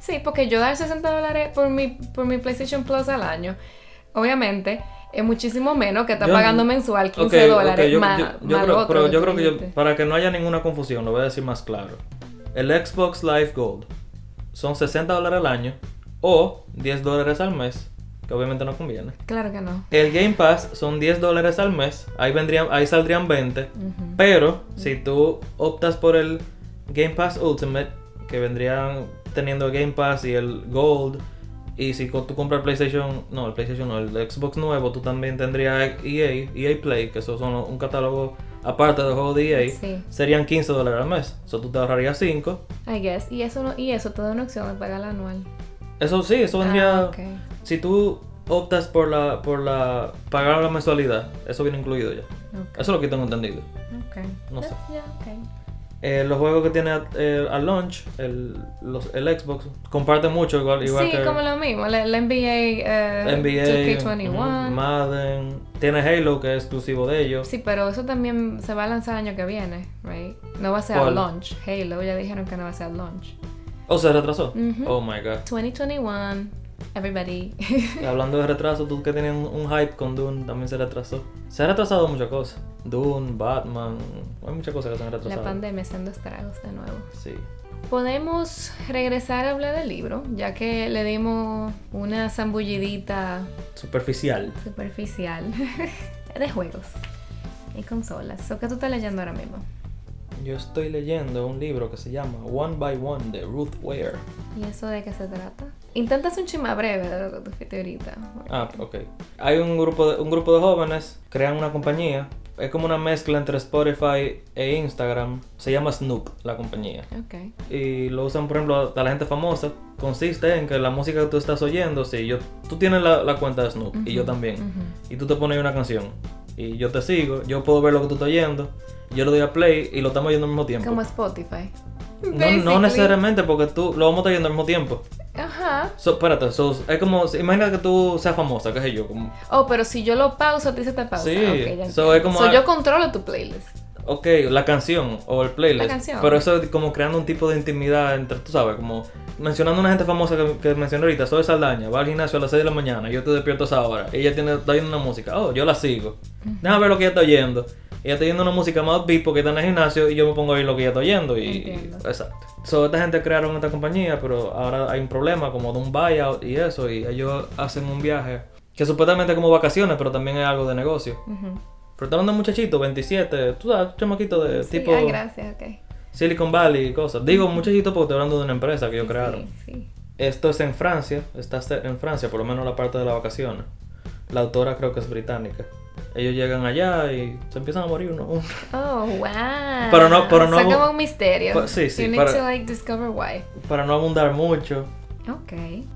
Speaker 1: Sí, porque yo dar 60 dólares por mi, por mi PlayStation Plus al año, obviamente, es muchísimo menos que está
Speaker 2: Yo-
Speaker 1: pagando mensual 15
Speaker 2: Ok, ok,
Speaker 1: dólares
Speaker 2: yo-
Speaker 1: más,
Speaker 2: yo- yo
Speaker 1: más
Speaker 2: creo-
Speaker 1: lo otro
Speaker 2: pero
Speaker 1: que
Speaker 2: yo
Speaker 1: tú
Speaker 2: creo que yo-
Speaker 1: dijiste.
Speaker 2: para que no haya ninguna confusión, lo voy a decir más claro. El Xbox Live Gold son 60 dólares al año o 10 dólares al mes, que obviamente no conviene.
Speaker 1: Claro que no.
Speaker 2: El Game Pass son 10 dólares al mes, ahí, vendrían, ahí saldrían 20.
Speaker 1: Mm.
Speaker 2: Pero si tú optas por el Game Pass Ultimate, que vendrían teniendo el Game Pass y el Gold, y si co- tú compras el PlayStation, no, el PlayStation no, el Xbox nuevo, tú también tendrías E EA, EA Play, que esos son un catálogo aparte de juegos de EA,
Speaker 1: Sí.
Speaker 2: serían 15 dólares al mes. O sea, tú te ahorrarías 5.
Speaker 1: I guess. Y eso, no, y eso te da una opción de pagar anual.
Speaker 2: Eso sí, eso vendría...
Speaker 1: Ah, ok.
Speaker 2: Si tú optas por la, por la... pagar la mensualidad, eso viene incluido ya.
Speaker 1: Ok.
Speaker 2: Eso es lo que tengo entendido.
Speaker 1: Ok.
Speaker 2: Ah, No sé.
Speaker 1: Yeah, ok.
Speaker 2: Eh, los juegos que tiene eh, al launch, el, los- el Xbox, comparte mucho, igual, igual
Speaker 1: Sí,
Speaker 2: que
Speaker 1: como lo mismo, la, la NBA, eh,
Speaker 2: NBA,
Speaker 1: 2K21.
Speaker 2: ujú, Madden. Tiene Halo, que es exclusivo de ellos.
Speaker 1: Sí, pero eso también se va a lanzar el año que viene, right? No va a ser
Speaker 2: ¿Cuál?
Speaker 1: al launch. Halo, ya dijeron que no va a ser al launch.
Speaker 2: ¿O se retrasó?
Speaker 1: Ujú.
Speaker 2: Oh my god.
Speaker 1: 2021, everybody.
Speaker 2: Y hablando de retraso, tú que tienes un, un hype con Dune, también se retrasó. Se ha retrasado muchas cosas. Dune, Batman, hay muchas cosas que se han
Speaker 1: la
Speaker 2: retrasado.
Speaker 1: pandemia haciendo estragos de nuevo.
Speaker 2: Sí.
Speaker 1: Podemos regresar a hablar del libro, ya que le dimos una zambullidita
Speaker 2: Superficial.
Speaker 1: superficial de juegos y consolas. ¿O qué tú estás leyendo ahora mismo?
Speaker 2: Yo estoy leyendo un libro que se llama One by One de Ruth Ware.
Speaker 1: ¿Y eso de qué se trata? Intenta hacer un chima breve de lo que tú fuiste ahorita.
Speaker 2: Ah, ok. Hay un grupo, de, un grupo de jóvenes, crean una compañía. Es como una mezcla entre Spotify e Instagram. Se llama Snoop, la compañía.
Speaker 1: Ok.
Speaker 2: Y lo usan, por ejemplo, hasta la gente famosa. Consiste en que la música que tú estás oyendo, si yo, tú tienes la, la cuenta de Snoop y yo también. Y tú te pones una canción. Y yo te sigo, yo puedo ver lo que tú estás oyendo. Yo le doy a play y lo estamos oyendo al mismo tiempo.
Speaker 1: Como Spotify.
Speaker 2: No, no
Speaker 1: Basically.
Speaker 2: necesariamente porque tú lo vamos a estar oyendo al mismo tiempo.
Speaker 1: Ajá.
Speaker 2: So, espérate, so, es como, imagina que tú seas famosa, qué sé yo, como
Speaker 1: Oh, pero si yo lo pauso, a ti se te pausa.
Speaker 2: Sí.
Speaker 1: Ok, ya entiendo.
Speaker 2: So, es como
Speaker 1: So,
Speaker 2: a-
Speaker 1: yo controlo tu playlist.
Speaker 2: Ok, la canción o el playlist.
Speaker 1: La canción.
Speaker 2: Pero eso es como creando un tipo de intimidad entre, tú sabes, como mencionando una gente famosa que, que mencioné ahorita, Soy Saldaña, va al gimnasio a las 6 de la mañana, yo te despierto a esa hora, ella tiene, está oyendo una música, oh, yo la sigo. Déjame ver lo que ella está oyendo. Ella está oyendo una música más beat porque está en el gimnasio y yo me pongo a oír lo que ella está oyendo. Y,
Speaker 1: Entiendo.
Speaker 2: Exacto. So, esta gente crearon esta compañía, pero ahora hay un problema como de un buyout y eso, y ellos hacen un viaje que supuestamente es como vacaciones, pero también es algo de negocio.
Speaker 1: Ujú.
Speaker 2: Pero está hablando de un muchachito, 27, tú sabes, chamaquito de
Speaker 1: Sí,
Speaker 2: tipo
Speaker 1: ah, gracias, ok.
Speaker 2: Silicon Valley y cosas. Digo muchachito porque estoy hablando de una empresa que ellos
Speaker 1: Sí,
Speaker 2: crearon.
Speaker 1: Sí, sí.
Speaker 2: Esto es en Francia, está ce- en Francia, por lo menos la parte de las vacaciones. La autora creo que es británica. Ellos llegan allá y se empiezan a morir uno. a uno.
Speaker 1: Oh, wow.
Speaker 2: Pero no- pero no-
Speaker 1: So, como un misterio.
Speaker 2: Pa- sí, sí,
Speaker 1: You need
Speaker 2: para-
Speaker 1: to, like, discover why.
Speaker 2: Para no abundar mucho.
Speaker 1: Ok.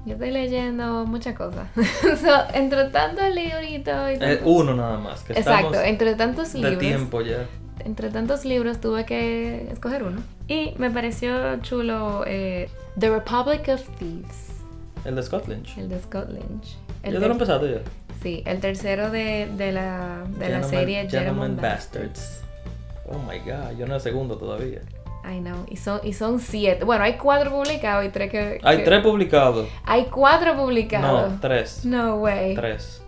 Speaker 1: Yo estoy leyendo muchas cosas. so, entre tanto librito y
Speaker 2: Es
Speaker 1: tanto-
Speaker 2: Eh, uno nada más, que
Speaker 1: Exacto,
Speaker 2: estamos
Speaker 1: entre tantos
Speaker 2: de
Speaker 1: libros.
Speaker 2: tiempo ya.
Speaker 1: entre tantos libros tuve que escoger uno. Y me pareció chulo eh, The Republic of Thieves,
Speaker 2: El de Scott Lynch.
Speaker 1: el de Scott Lynch.
Speaker 2: Ya
Speaker 1: El
Speaker 2: te
Speaker 1: ter-
Speaker 2: lo empezaste ya.
Speaker 1: sí, el tercero de, de la, de la
Speaker 2: Gentlemen-
Speaker 1: serie
Speaker 2: Gentlemen
Speaker 1: Gentleman
Speaker 2: Bastards. Oh my god, yo no el segundo todavía.
Speaker 1: I know. Y son, y son siete. Bueno, hay cuatro publicados y tres que.
Speaker 2: Hay
Speaker 1: que-
Speaker 2: tres publicados.
Speaker 1: Hay cuatro
Speaker 2: No,
Speaker 1: publicados.
Speaker 2: tres.
Speaker 1: No way.
Speaker 2: Tres.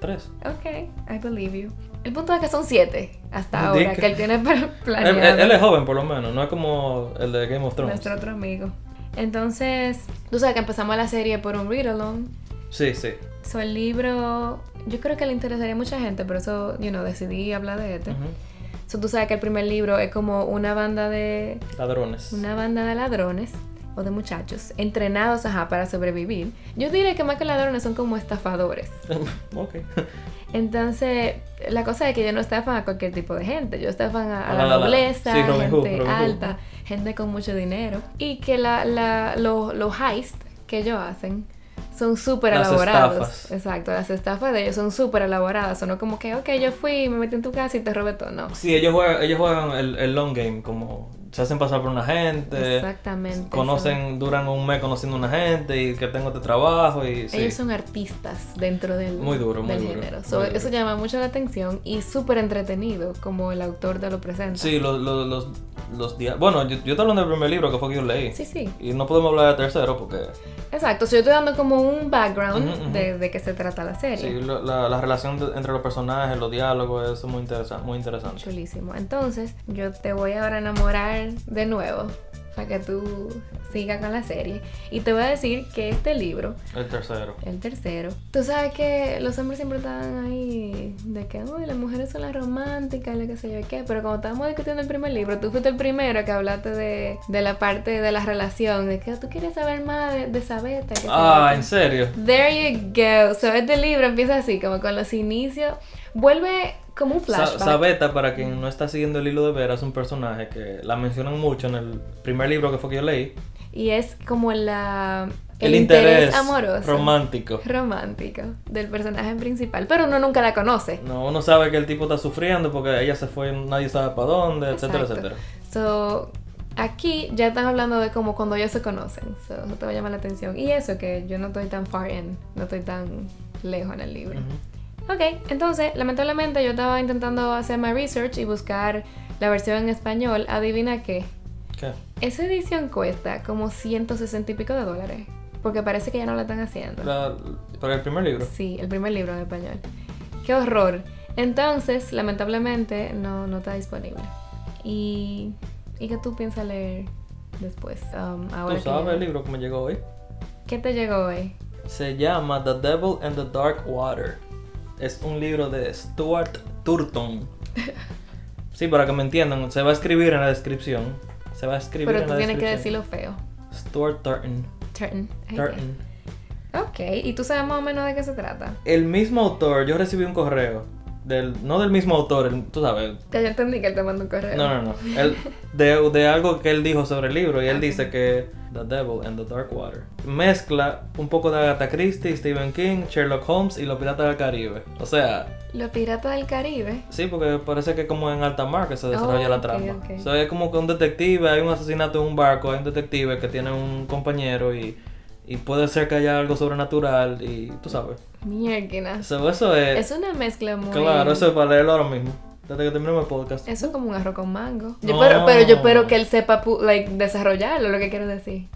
Speaker 2: Tres.
Speaker 1: Ok, I believe you. El punto es que son siete hasta
Speaker 2: Dick.
Speaker 1: ahora que él tiene pl-
Speaker 2: Él,
Speaker 1: planeado.
Speaker 2: él- él es joven, por lo menos, no es como el de Game of Thrones.
Speaker 1: Nuestro otro amigo. Entonces, tú sabes que empezamos la serie por un read along.
Speaker 2: Sí, sí.
Speaker 1: So, el libro, yo creo que le interesaría a mucha gente, por eso, you know, decidí hablar de este.
Speaker 2: Ujú.
Speaker 1: So, tú sabes que el primer libro es como una banda de
Speaker 2: Ladrones.
Speaker 1: una banda de ladrones o de muchachos entrenados, ajá, para sobrevivir. Yo diría que más que ladrones son como estafadores.
Speaker 2: ok.
Speaker 1: Entonces, la cosa es que ellos no estafan a cualquier tipo de gente, ellos estafan a, a
Speaker 2: A
Speaker 1: la,
Speaker 2: la- a la-
Speaker 1: nobleza,
Speaker 2: sí, Robin Hood,
Speaker 1: gente
Speaker 2: Robin Hood.
Speaker 1: alta, gente con mucho dinero. Y que la, la- los, los heists que ellos hacen son súper
Speaker 2: Las
Speaker 1: elaborados.
Speaker 2: estafas.
Speaker 1: Exacto, las estafas de ellos son súper elaboradas. Son no como que, ok, yo fui, me metí en tu casa y te robé todo. No.
Speaker 2: Sí, ellos juegan, ellos juegan el, el long game, como se hacen pasar por una gente.
Speaker 1: Exactamente.
Speaker 2: Conocen,
Speaker 1: son-
Speaker 2: duran un mes conociendo una gente y que tengo este trabajo y sí.
Speaker 1: Ellos son artistas dentro del,
Speaker 2: Muy duro, muy
Speaker 1: del
Speaker 2: duro,
Speaker 1: género.
Speaker 2: muy
Speaker 1: So,
Speaker 2: duro.
Speaker 1: Eso llama mucho la atención y súper entretenido, como el autor te lo presenta.
Speaker 2: Sí, los, los, los, los dia- Bueno, yo, yo te hablo del primer libro que fue que yo leí.
Speaker 1: sí. sí.
Speaker 2: Y no podemos hablar del tercero porque
Speaker 1: Exacto. So, yo estoy dando como un background
Speaker 2: Ujú, ujú.
Speaker 1: De, de qué se trata la serie.
Speaker 2: sí, lo- la, la relación de- entre los personajes, los diálogos, eso es muy, interesa- muy interesante.
Speaker 1: Chulísimo. Entonces, yo te voy ahora a enamorar de nuevo para que tú sigas con la serie. Y te voy a decir que este libro,
Speaker 2: El tercero.
Speaker 1: el tercero, tú sabes que los hombres siempre estaban ahí de que "Uy, las mujeres son las románticas, lo que sé yo qué. Pero cuando estábamos discutiendo el primer libro, tú fuiste el primero que hablaste de, de la parte de la relación, de que tú quieres saber más de, de Sabeta. que sé yo
Speaker 2: Ah,
Speaker 1: qué".
Speaker 2: ¿en serio?
Speaker 1: There you go. So, este libro empieza así, como con los inicios. Vuelve como un
Speaker 2: Sa-
Speaker 1: flashback.
Speaker 2: Sabeta, para quien no está siguiendo el hilo de Vera, es un personaje que la mencionan mucho en el primer libro que fue que yo leí.
Speaker 1: Y es como la,
Speaker 2: El, interés,
Speaker 1: amoroso.
Speaker 2: romántico.
Speaker 1: romántico del personaje principal. Pero uno nunca la conoce.
Speaker 2: No, uno sabe que el tipo está sufriendo porque ella se fue, nadie sabe para dónde, etcétera,
Speaker 1: Exacto.
Speaker 2: etcétera.
Speaker 1: So, aquí ya están hablando de como cuando ellos se conocen. So, eso te va a llamar la atención. Y eso que yo no estoy tan far in, no estoy tan lejos en el libro.
Speaker 2: Ujú.
Speaker 1: Ok, entonces, lamentablemente yo estaba intentando hacer mi research y buscar la versión en español. Adivina qué.
Speaker 2: ¿Qué?
Speaker 1: Esa edición cuesta como 160 y pico de dólares. Porque parece que ya no la están haciendo.
Speaker 2: La- para el primer libro.
Speaker 1: Sí, el primer libro en español. ¡Qué horror! Entonces, lamentablemente, no, no está disponible. ¿Y, ¿y qué tú piensas leer después? Um, ahora
Speaker 2: ¿Tú
Speaker 1: que
Speaker 2: sabes
Speaker 1: ya-
Speaker 2: el libro que me llegó hoy?
Speaker 1: ¿Qué te llegó hoy?
Speaker 2: Se llama The Devil and the Dark Water. Es un libro de Stuart Turton. Sí, para que me entiendan, se va a escribir en la descripción. Se va a escribir
Speaker 1: Pero
Speaker 2: en
Speaker 1: tú
Speaker 2: la
Speaker 1: tienes que
Speaker 2: descripción.
Speaker 1: decirlo feo.
Speaker 2: Stuart Turton.
Speaker 1: Turton. Ay,
Speaker 2: Turton.
Speaker 1: Ok, ¿y tú sabes más o menos de qué se trata?
Speaker 2: El mismo autor, yo recibí un correo. Del, no del mismo autor, el- tú sabes,
Speaker 1: Ya yo entendí que él te mandó un correo.
Speaker 2: No, no, no. Él- de, de algo que él dijo sobre el libro. Y él dice que The Devil and the Dark Water mezcla un poco de Agatha Christie, Stephen King, Sherlock Holmes y los piratas del Caribe. O sea,
Speaker 1: Los Piratas del Caribe.
Speaker 2: sí, porque parece que como en alta mar que se desarrolla
Speaker 1: Oh,
Speaker 2: la
Speaker 1: ok,
Speaker 2: trama.
Speaker 1: ok.
Speaker 2: O sea, es como que un detective, hay un asesinato en un barco, hay un detective que tiene un compañero y, y puede ser que haya algo sobrenatural y tú sabes.
Speaker 1: Mierda.
Speaker 2: So, eso es...
Speaker 1: Es una mezcla muy...
Speaker 2: Eh, claro, eso es para leerlo ahora mismo. Desde que terminemos el podcast.
Speaker 1: Eso es como un arroz con mango. Yo
Speaker 2: No.
Speaker 1: pero, pero yo espero que él sepa pu- like, desarrollarlo, lo que quiero decir.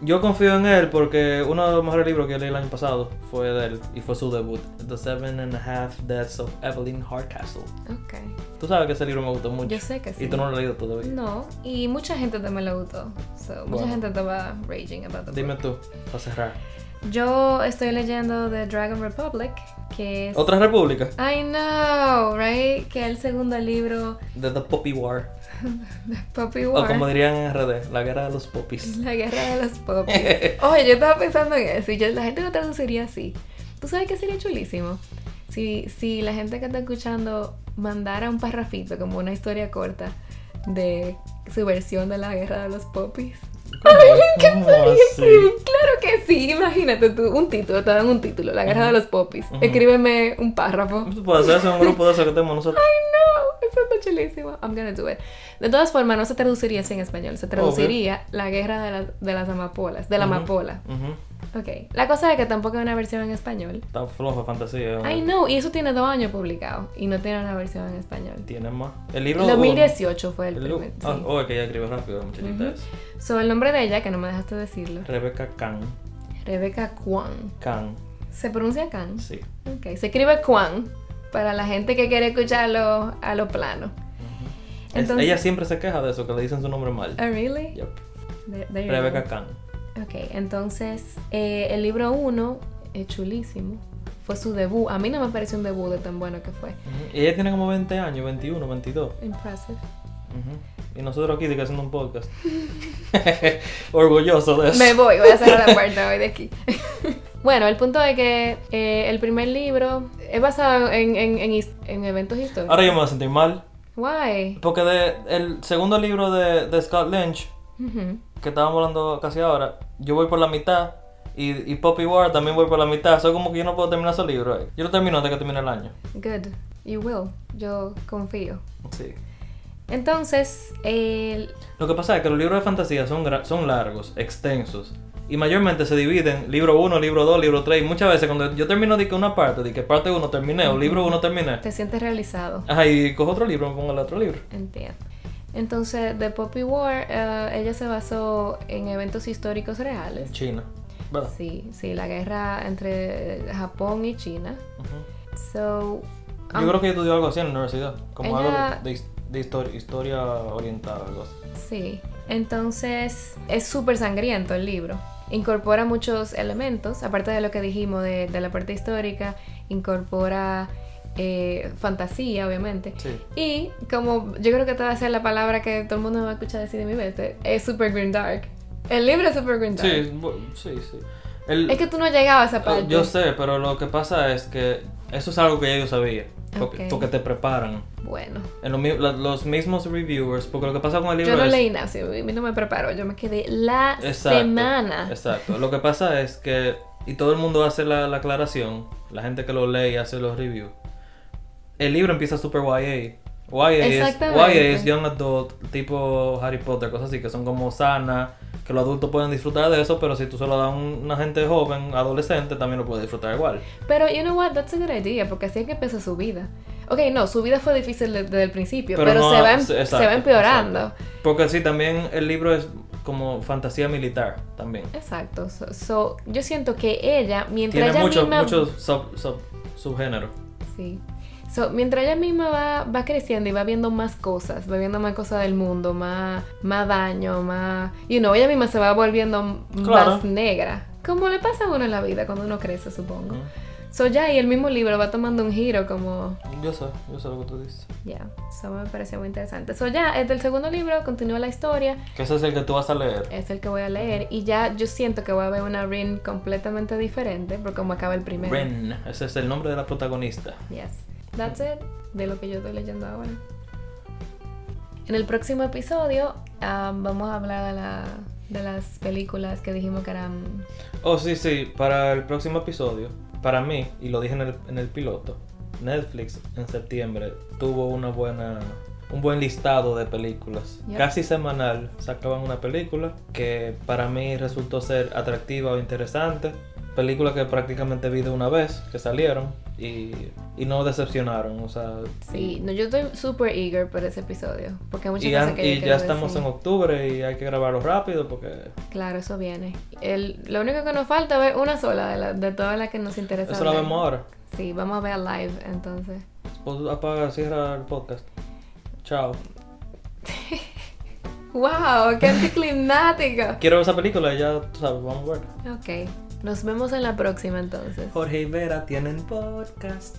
Speaker 2: Yo confío en él porque uno de los mejores libros que yo leí el año pasado fue de él y fue su debut, The Seven and a Half Deaths of Evelyn Hardcastle.
Speaker 1: Ok.
Speaker 2: Tú sabes que ese libro me gustó mucho.
Speaker 1: Yo sé que sí.
Speaker 2: Y tú no lo has leído todavía.
Speaker 1: No, y mucha gente también le gustó. So, Mucha
Speaker 2: Pues Bueno.
Speaker 1: gente estaba raging about the
Speaker 2: Dime
Speaker 1: book.
Speaker 2: tú, para cerrar.
Speaker 1: Yo estoy leyendo The Dragon Republic, que es...
Speaker 2: Otra república,
Speaker 1: I know, right? Que es el segundo libro
Speaker 2: de The Poppy War,
Speaker 1: de Poppy
Speaker 2: o
Speaker 1: War.
Speaker 2: como dirían en RD, la guerra de los poppies.
Speaker 1: La guerra de los poppies. Oye, yo estaba pensando en eso y yo- la gente lo traduciría así. ¿Tú sabes qué sería chulísimo? Si, si la gente que está escuchando mandara un parrafito, como una historia corta, de su versión de la guerra de los poppies.
Speaker 2: ¿Cómo así?
Speaker 1: Claro que sí, imagínate tú, un título, te dan un título, la guerra de los poppies.
Speaker 2: Ujú.
Speaker 1: Escríbeme un párrafo.
Speaker 2: Tú puedes hacer eso en Pues, un grupo de eso que tenemos nosotros.
Speaker 1: No, eso está chulísimo. I'm gonna do it. De todas formas, no se traduciría así en español, se traduciría la guerra de, la- de las amapolas, de la
Speaker 2: Ujú.
Speaker 1: amapola.
Speaker 2: Ujú.
Speaker 1: Ok, la cosa es que tampoco hay una versión en español.
Speaker 2: Está flojo fantasía. ¿no?
Speaker 1: I know, y eso tiene dos años publicado y no tiene una versión en español.
Speaker 2: Tiene más. El libro...
Speaker 1: El 2018 fue el
Speaker 2: El libro...
Speaker 1: primer.
Speaker 2: Ah,
Speaker 1: sí.
Speaker 2: oh, es que ella escribe rápido, la muchachita
Speaker 1: Ujú.
Speaker 2: es.
Speaker 1: So, el nombre de ella, que no me dejaste decirlo,
Speaker 2: Rebecca Khan.
Speaker 1: Rebeca Kwan.
Speaker 2: Khan,
Speaker 1: ¿Se pronuncia Kwan?
Speaker 2: sí.
Speaker 1: Ok, se escribe Kwan para la gente que quiere escucharlo a lo plano.
Speaker 2: Es-
Speaker 1: Entonces-
Speaker 2: ella siempre se queja de eso, que le dicen su nombre mal.
Speaker 1: Oh, really?
Speaker 2: Yep.
Speaker 1: There- there you go.
Speaker 2: Rebecca Khan.
Speaker 1: Ok, entonces eh, el libro 1 es chulísimo. Fue su debut. A mí no me pareció un debut de tan bueno que fue.
Speaker 2: Ujú. Y ella tiene como 20 años, 21, 22.
Speaker 1: Impressive.
Speaker 2: Ujú. Y nosotros aquí de que haciendo un podcast. Orgulloso de eso.
Speaker 1: Me voy, voy a cerrar la puerta hoy de aquí. bueno, el punto es que eh, el primer libro es basado en, en- en his- en eventos históricos.
Speaker 2: Ahora yo me voy a sentir mal.
Speaker 1: Why?
Speaker 2: Porque de, el segundo libro de, de Scott Lynch,
Speaker 1: Ujú.
Speaker 2: que estábamos hablando casi ahora, yo voy por la mitad. Y, y Poppy Ward también voy por la mitad. Eso como que yo no puedo terminar ese libro. eh. Yo lo termino hasta que termine el año.
Speaker 1: Good. You will. Yo confío.
Speaker 2: Sí.
Speaker 1: Entonces, el...
Speaker 2: Lo que pasa es que los libros de fantasía son, gra- son largos, extensos. Y mayormente se dividen libro 1, libro 2, libro 3. Y muchas veces cuando yo termino de que una parte, de que parte 1 terminé o libro 1 terminé.
Speaker 1: te sientes realizado.
Speaker 2: Ajá, y cojo otro libro, me pongo el otro libro.
Speaker 1: Entiendo. Entonces, The Poppy War, eh, ella se basó en eventos históricos reales.
Speaker 2: En China. ¿Verdad?
Speaker 1: Sí, sí, la guerra entre Japón y China.
Speaker 2: Ujú.
Speaker 1: So,
Speaker 2: Yo
Speaker 1: um,
Speaker 2: creo que yo estudié algo así en la universidad, como
Speaker 1: Ella-
Speaker 2: algo de, his- de histori- historia oriental, algo así.
Speaker 1: Sí, entonces es súper sangriento el libro. Incorpora muchos elementos, aparte de lo que dijimos de, de la parte histórica, incorpora eh, fantasía, obviamente.
Speaker 2: Sí.
Speaker 1: Y como yo creo que esta va a ser la palabra que todo el mundo me va a escuchar decir de mi veces, es super green dark. El libro es super green dark.
Speaker 2: Sí, bu- sí, sí. El- oh,
Speaker 1: Es que tú no llegabas a esa parte.
Speaker 2: yo sé, pero lo que pasa es que eso es algo que ya yo sabía, porque,
Speaker 1: Ok.
Speaker 2: porque te preparan.
Speaker 1: Bueno,
Speaker 2: En lo mi- la- los mismos reviewers, porque lo que pasa con el libro
Speaker 1: yo no
Speaker 2: es...
Speaker 1: leí nada, sí, a mí no me preparo, yo me quedé la
Speaker 2: Exacto,
Speaker 1: semana.
Speaker 2: Exacto. Lo que pasa es que, y todo el mundo hace la, la aclaración, la gente que lo lee y hace los reviews, el libro empieza super YA. YA es,
Speaker 1: Exactamente.
Speaker 2: YA es Young Adult, tipo Harry Potter, cosas así, que son como sanas, que los adultos pueden disfrutar de eso, pero si tú se lo das a un- una gente joven, adolescente, también lo puede disfrutar igual.
Speaker 1: Pero, you know what, that's a good idea, porque así es que empezó su vida. Ok, no, su vida fue difícil de- desde el principio, pero,
Speaker 2: no-
Speaker 1: se, va, em-
Speaker 2: se-
Speaker 1: se
Speaker 2: exacto,
Speaker 1: va empeorando.
Speaker 2: exacto. Porque sí, también el libro es como fantasía militar, también.
Speaker 1: Exacto. So, so, yo siento que ella, mientras
Speaker 2: Tiene
Speaker 1: ella
Speaker 2: muchos
Speaker 1: misma...
Speaker 2: muchos sub- sub- subgéneros.
Speaker 1: Sí. So, mientras ella misma va, va creciendo y va viendo más cosas, va viendo más cosas del mundo, más, más daño, más... You know, ella misma se va volviendo
Speaker 2: Claro.
Speaker 1: más negra. Como le pasa a uno en la vida cuando uno crece, supongo.
Speaker 2: Ujú.
Speaker 1: So ya, y el mismo libro va tomando un giro como...
Speaker 2: Yo sé, yo sé lo que tú dices.
Speaker 1: Ya, eso me pareció muy interesante. So ya, es del segundo libro, continúa la historia,
Speaker 2: Que ese es el que tú vas a leer.
Speaker 1: es el que voy a leer y ya yo siento que voy a ver una Rin completamente diferente por cómo acaba el primero.
Speaker 2: Ren, ese es el nombre de la protagonista.
Speaker 1: Yes. That's it de lo que yo estoy leyendo ahora. En el próximo episodio ah, vamos a hablar de, la, de las películas que dijimos que eran...
Speaker 2: Oh, sí, sí, para el próximo episodio, para mí, y lo dije en el, en el piloto, Netflix en septiembre tuvo una buena, un buen listado de películas.
Speaker 1: Yep.
Speaker 2: Casi semanal sacaban una película que para mí resultó ser atractiva o interesante. Películas que prácticamente vi de una vez, que salieron y, y no decepcionaron. O sea,
Speaker 1: Sí, no, yo estoy super eager por ese episodio porque hay muchas
Speaker 2: y,
Speaker 1: cosas
Speaker 2: an-
Speaker 1: que yo
Speaker 2: y ya
Speaker 1: quiero
Speaker 2: estamos
Speaker 1: decir.
Speaker 2: en octubre y hay que grabarlo rápido porque
Speaker 1: Claro, eso viene. El, lo único que nos falta es una sola de, la- de todas las que nos interesa.
Speaker 2: eso lo
Speaker 1: hablar.
Speaker 2: vemos ahora.
Speaker 1: Sí, vamos a ver live entonces.
Speaker 2: Pues apaga, cierra el podcast. Chao.
Speaker 1: ¡Wow! ¡Qué anticlimático!
Speaker 2: Quiero ver esa película, ya tú sabes, vamos a ver.
Speaker 1: ok, nos vemos en la próxima entonces.
Speaker 2: Jorge y Vera tienen podcast.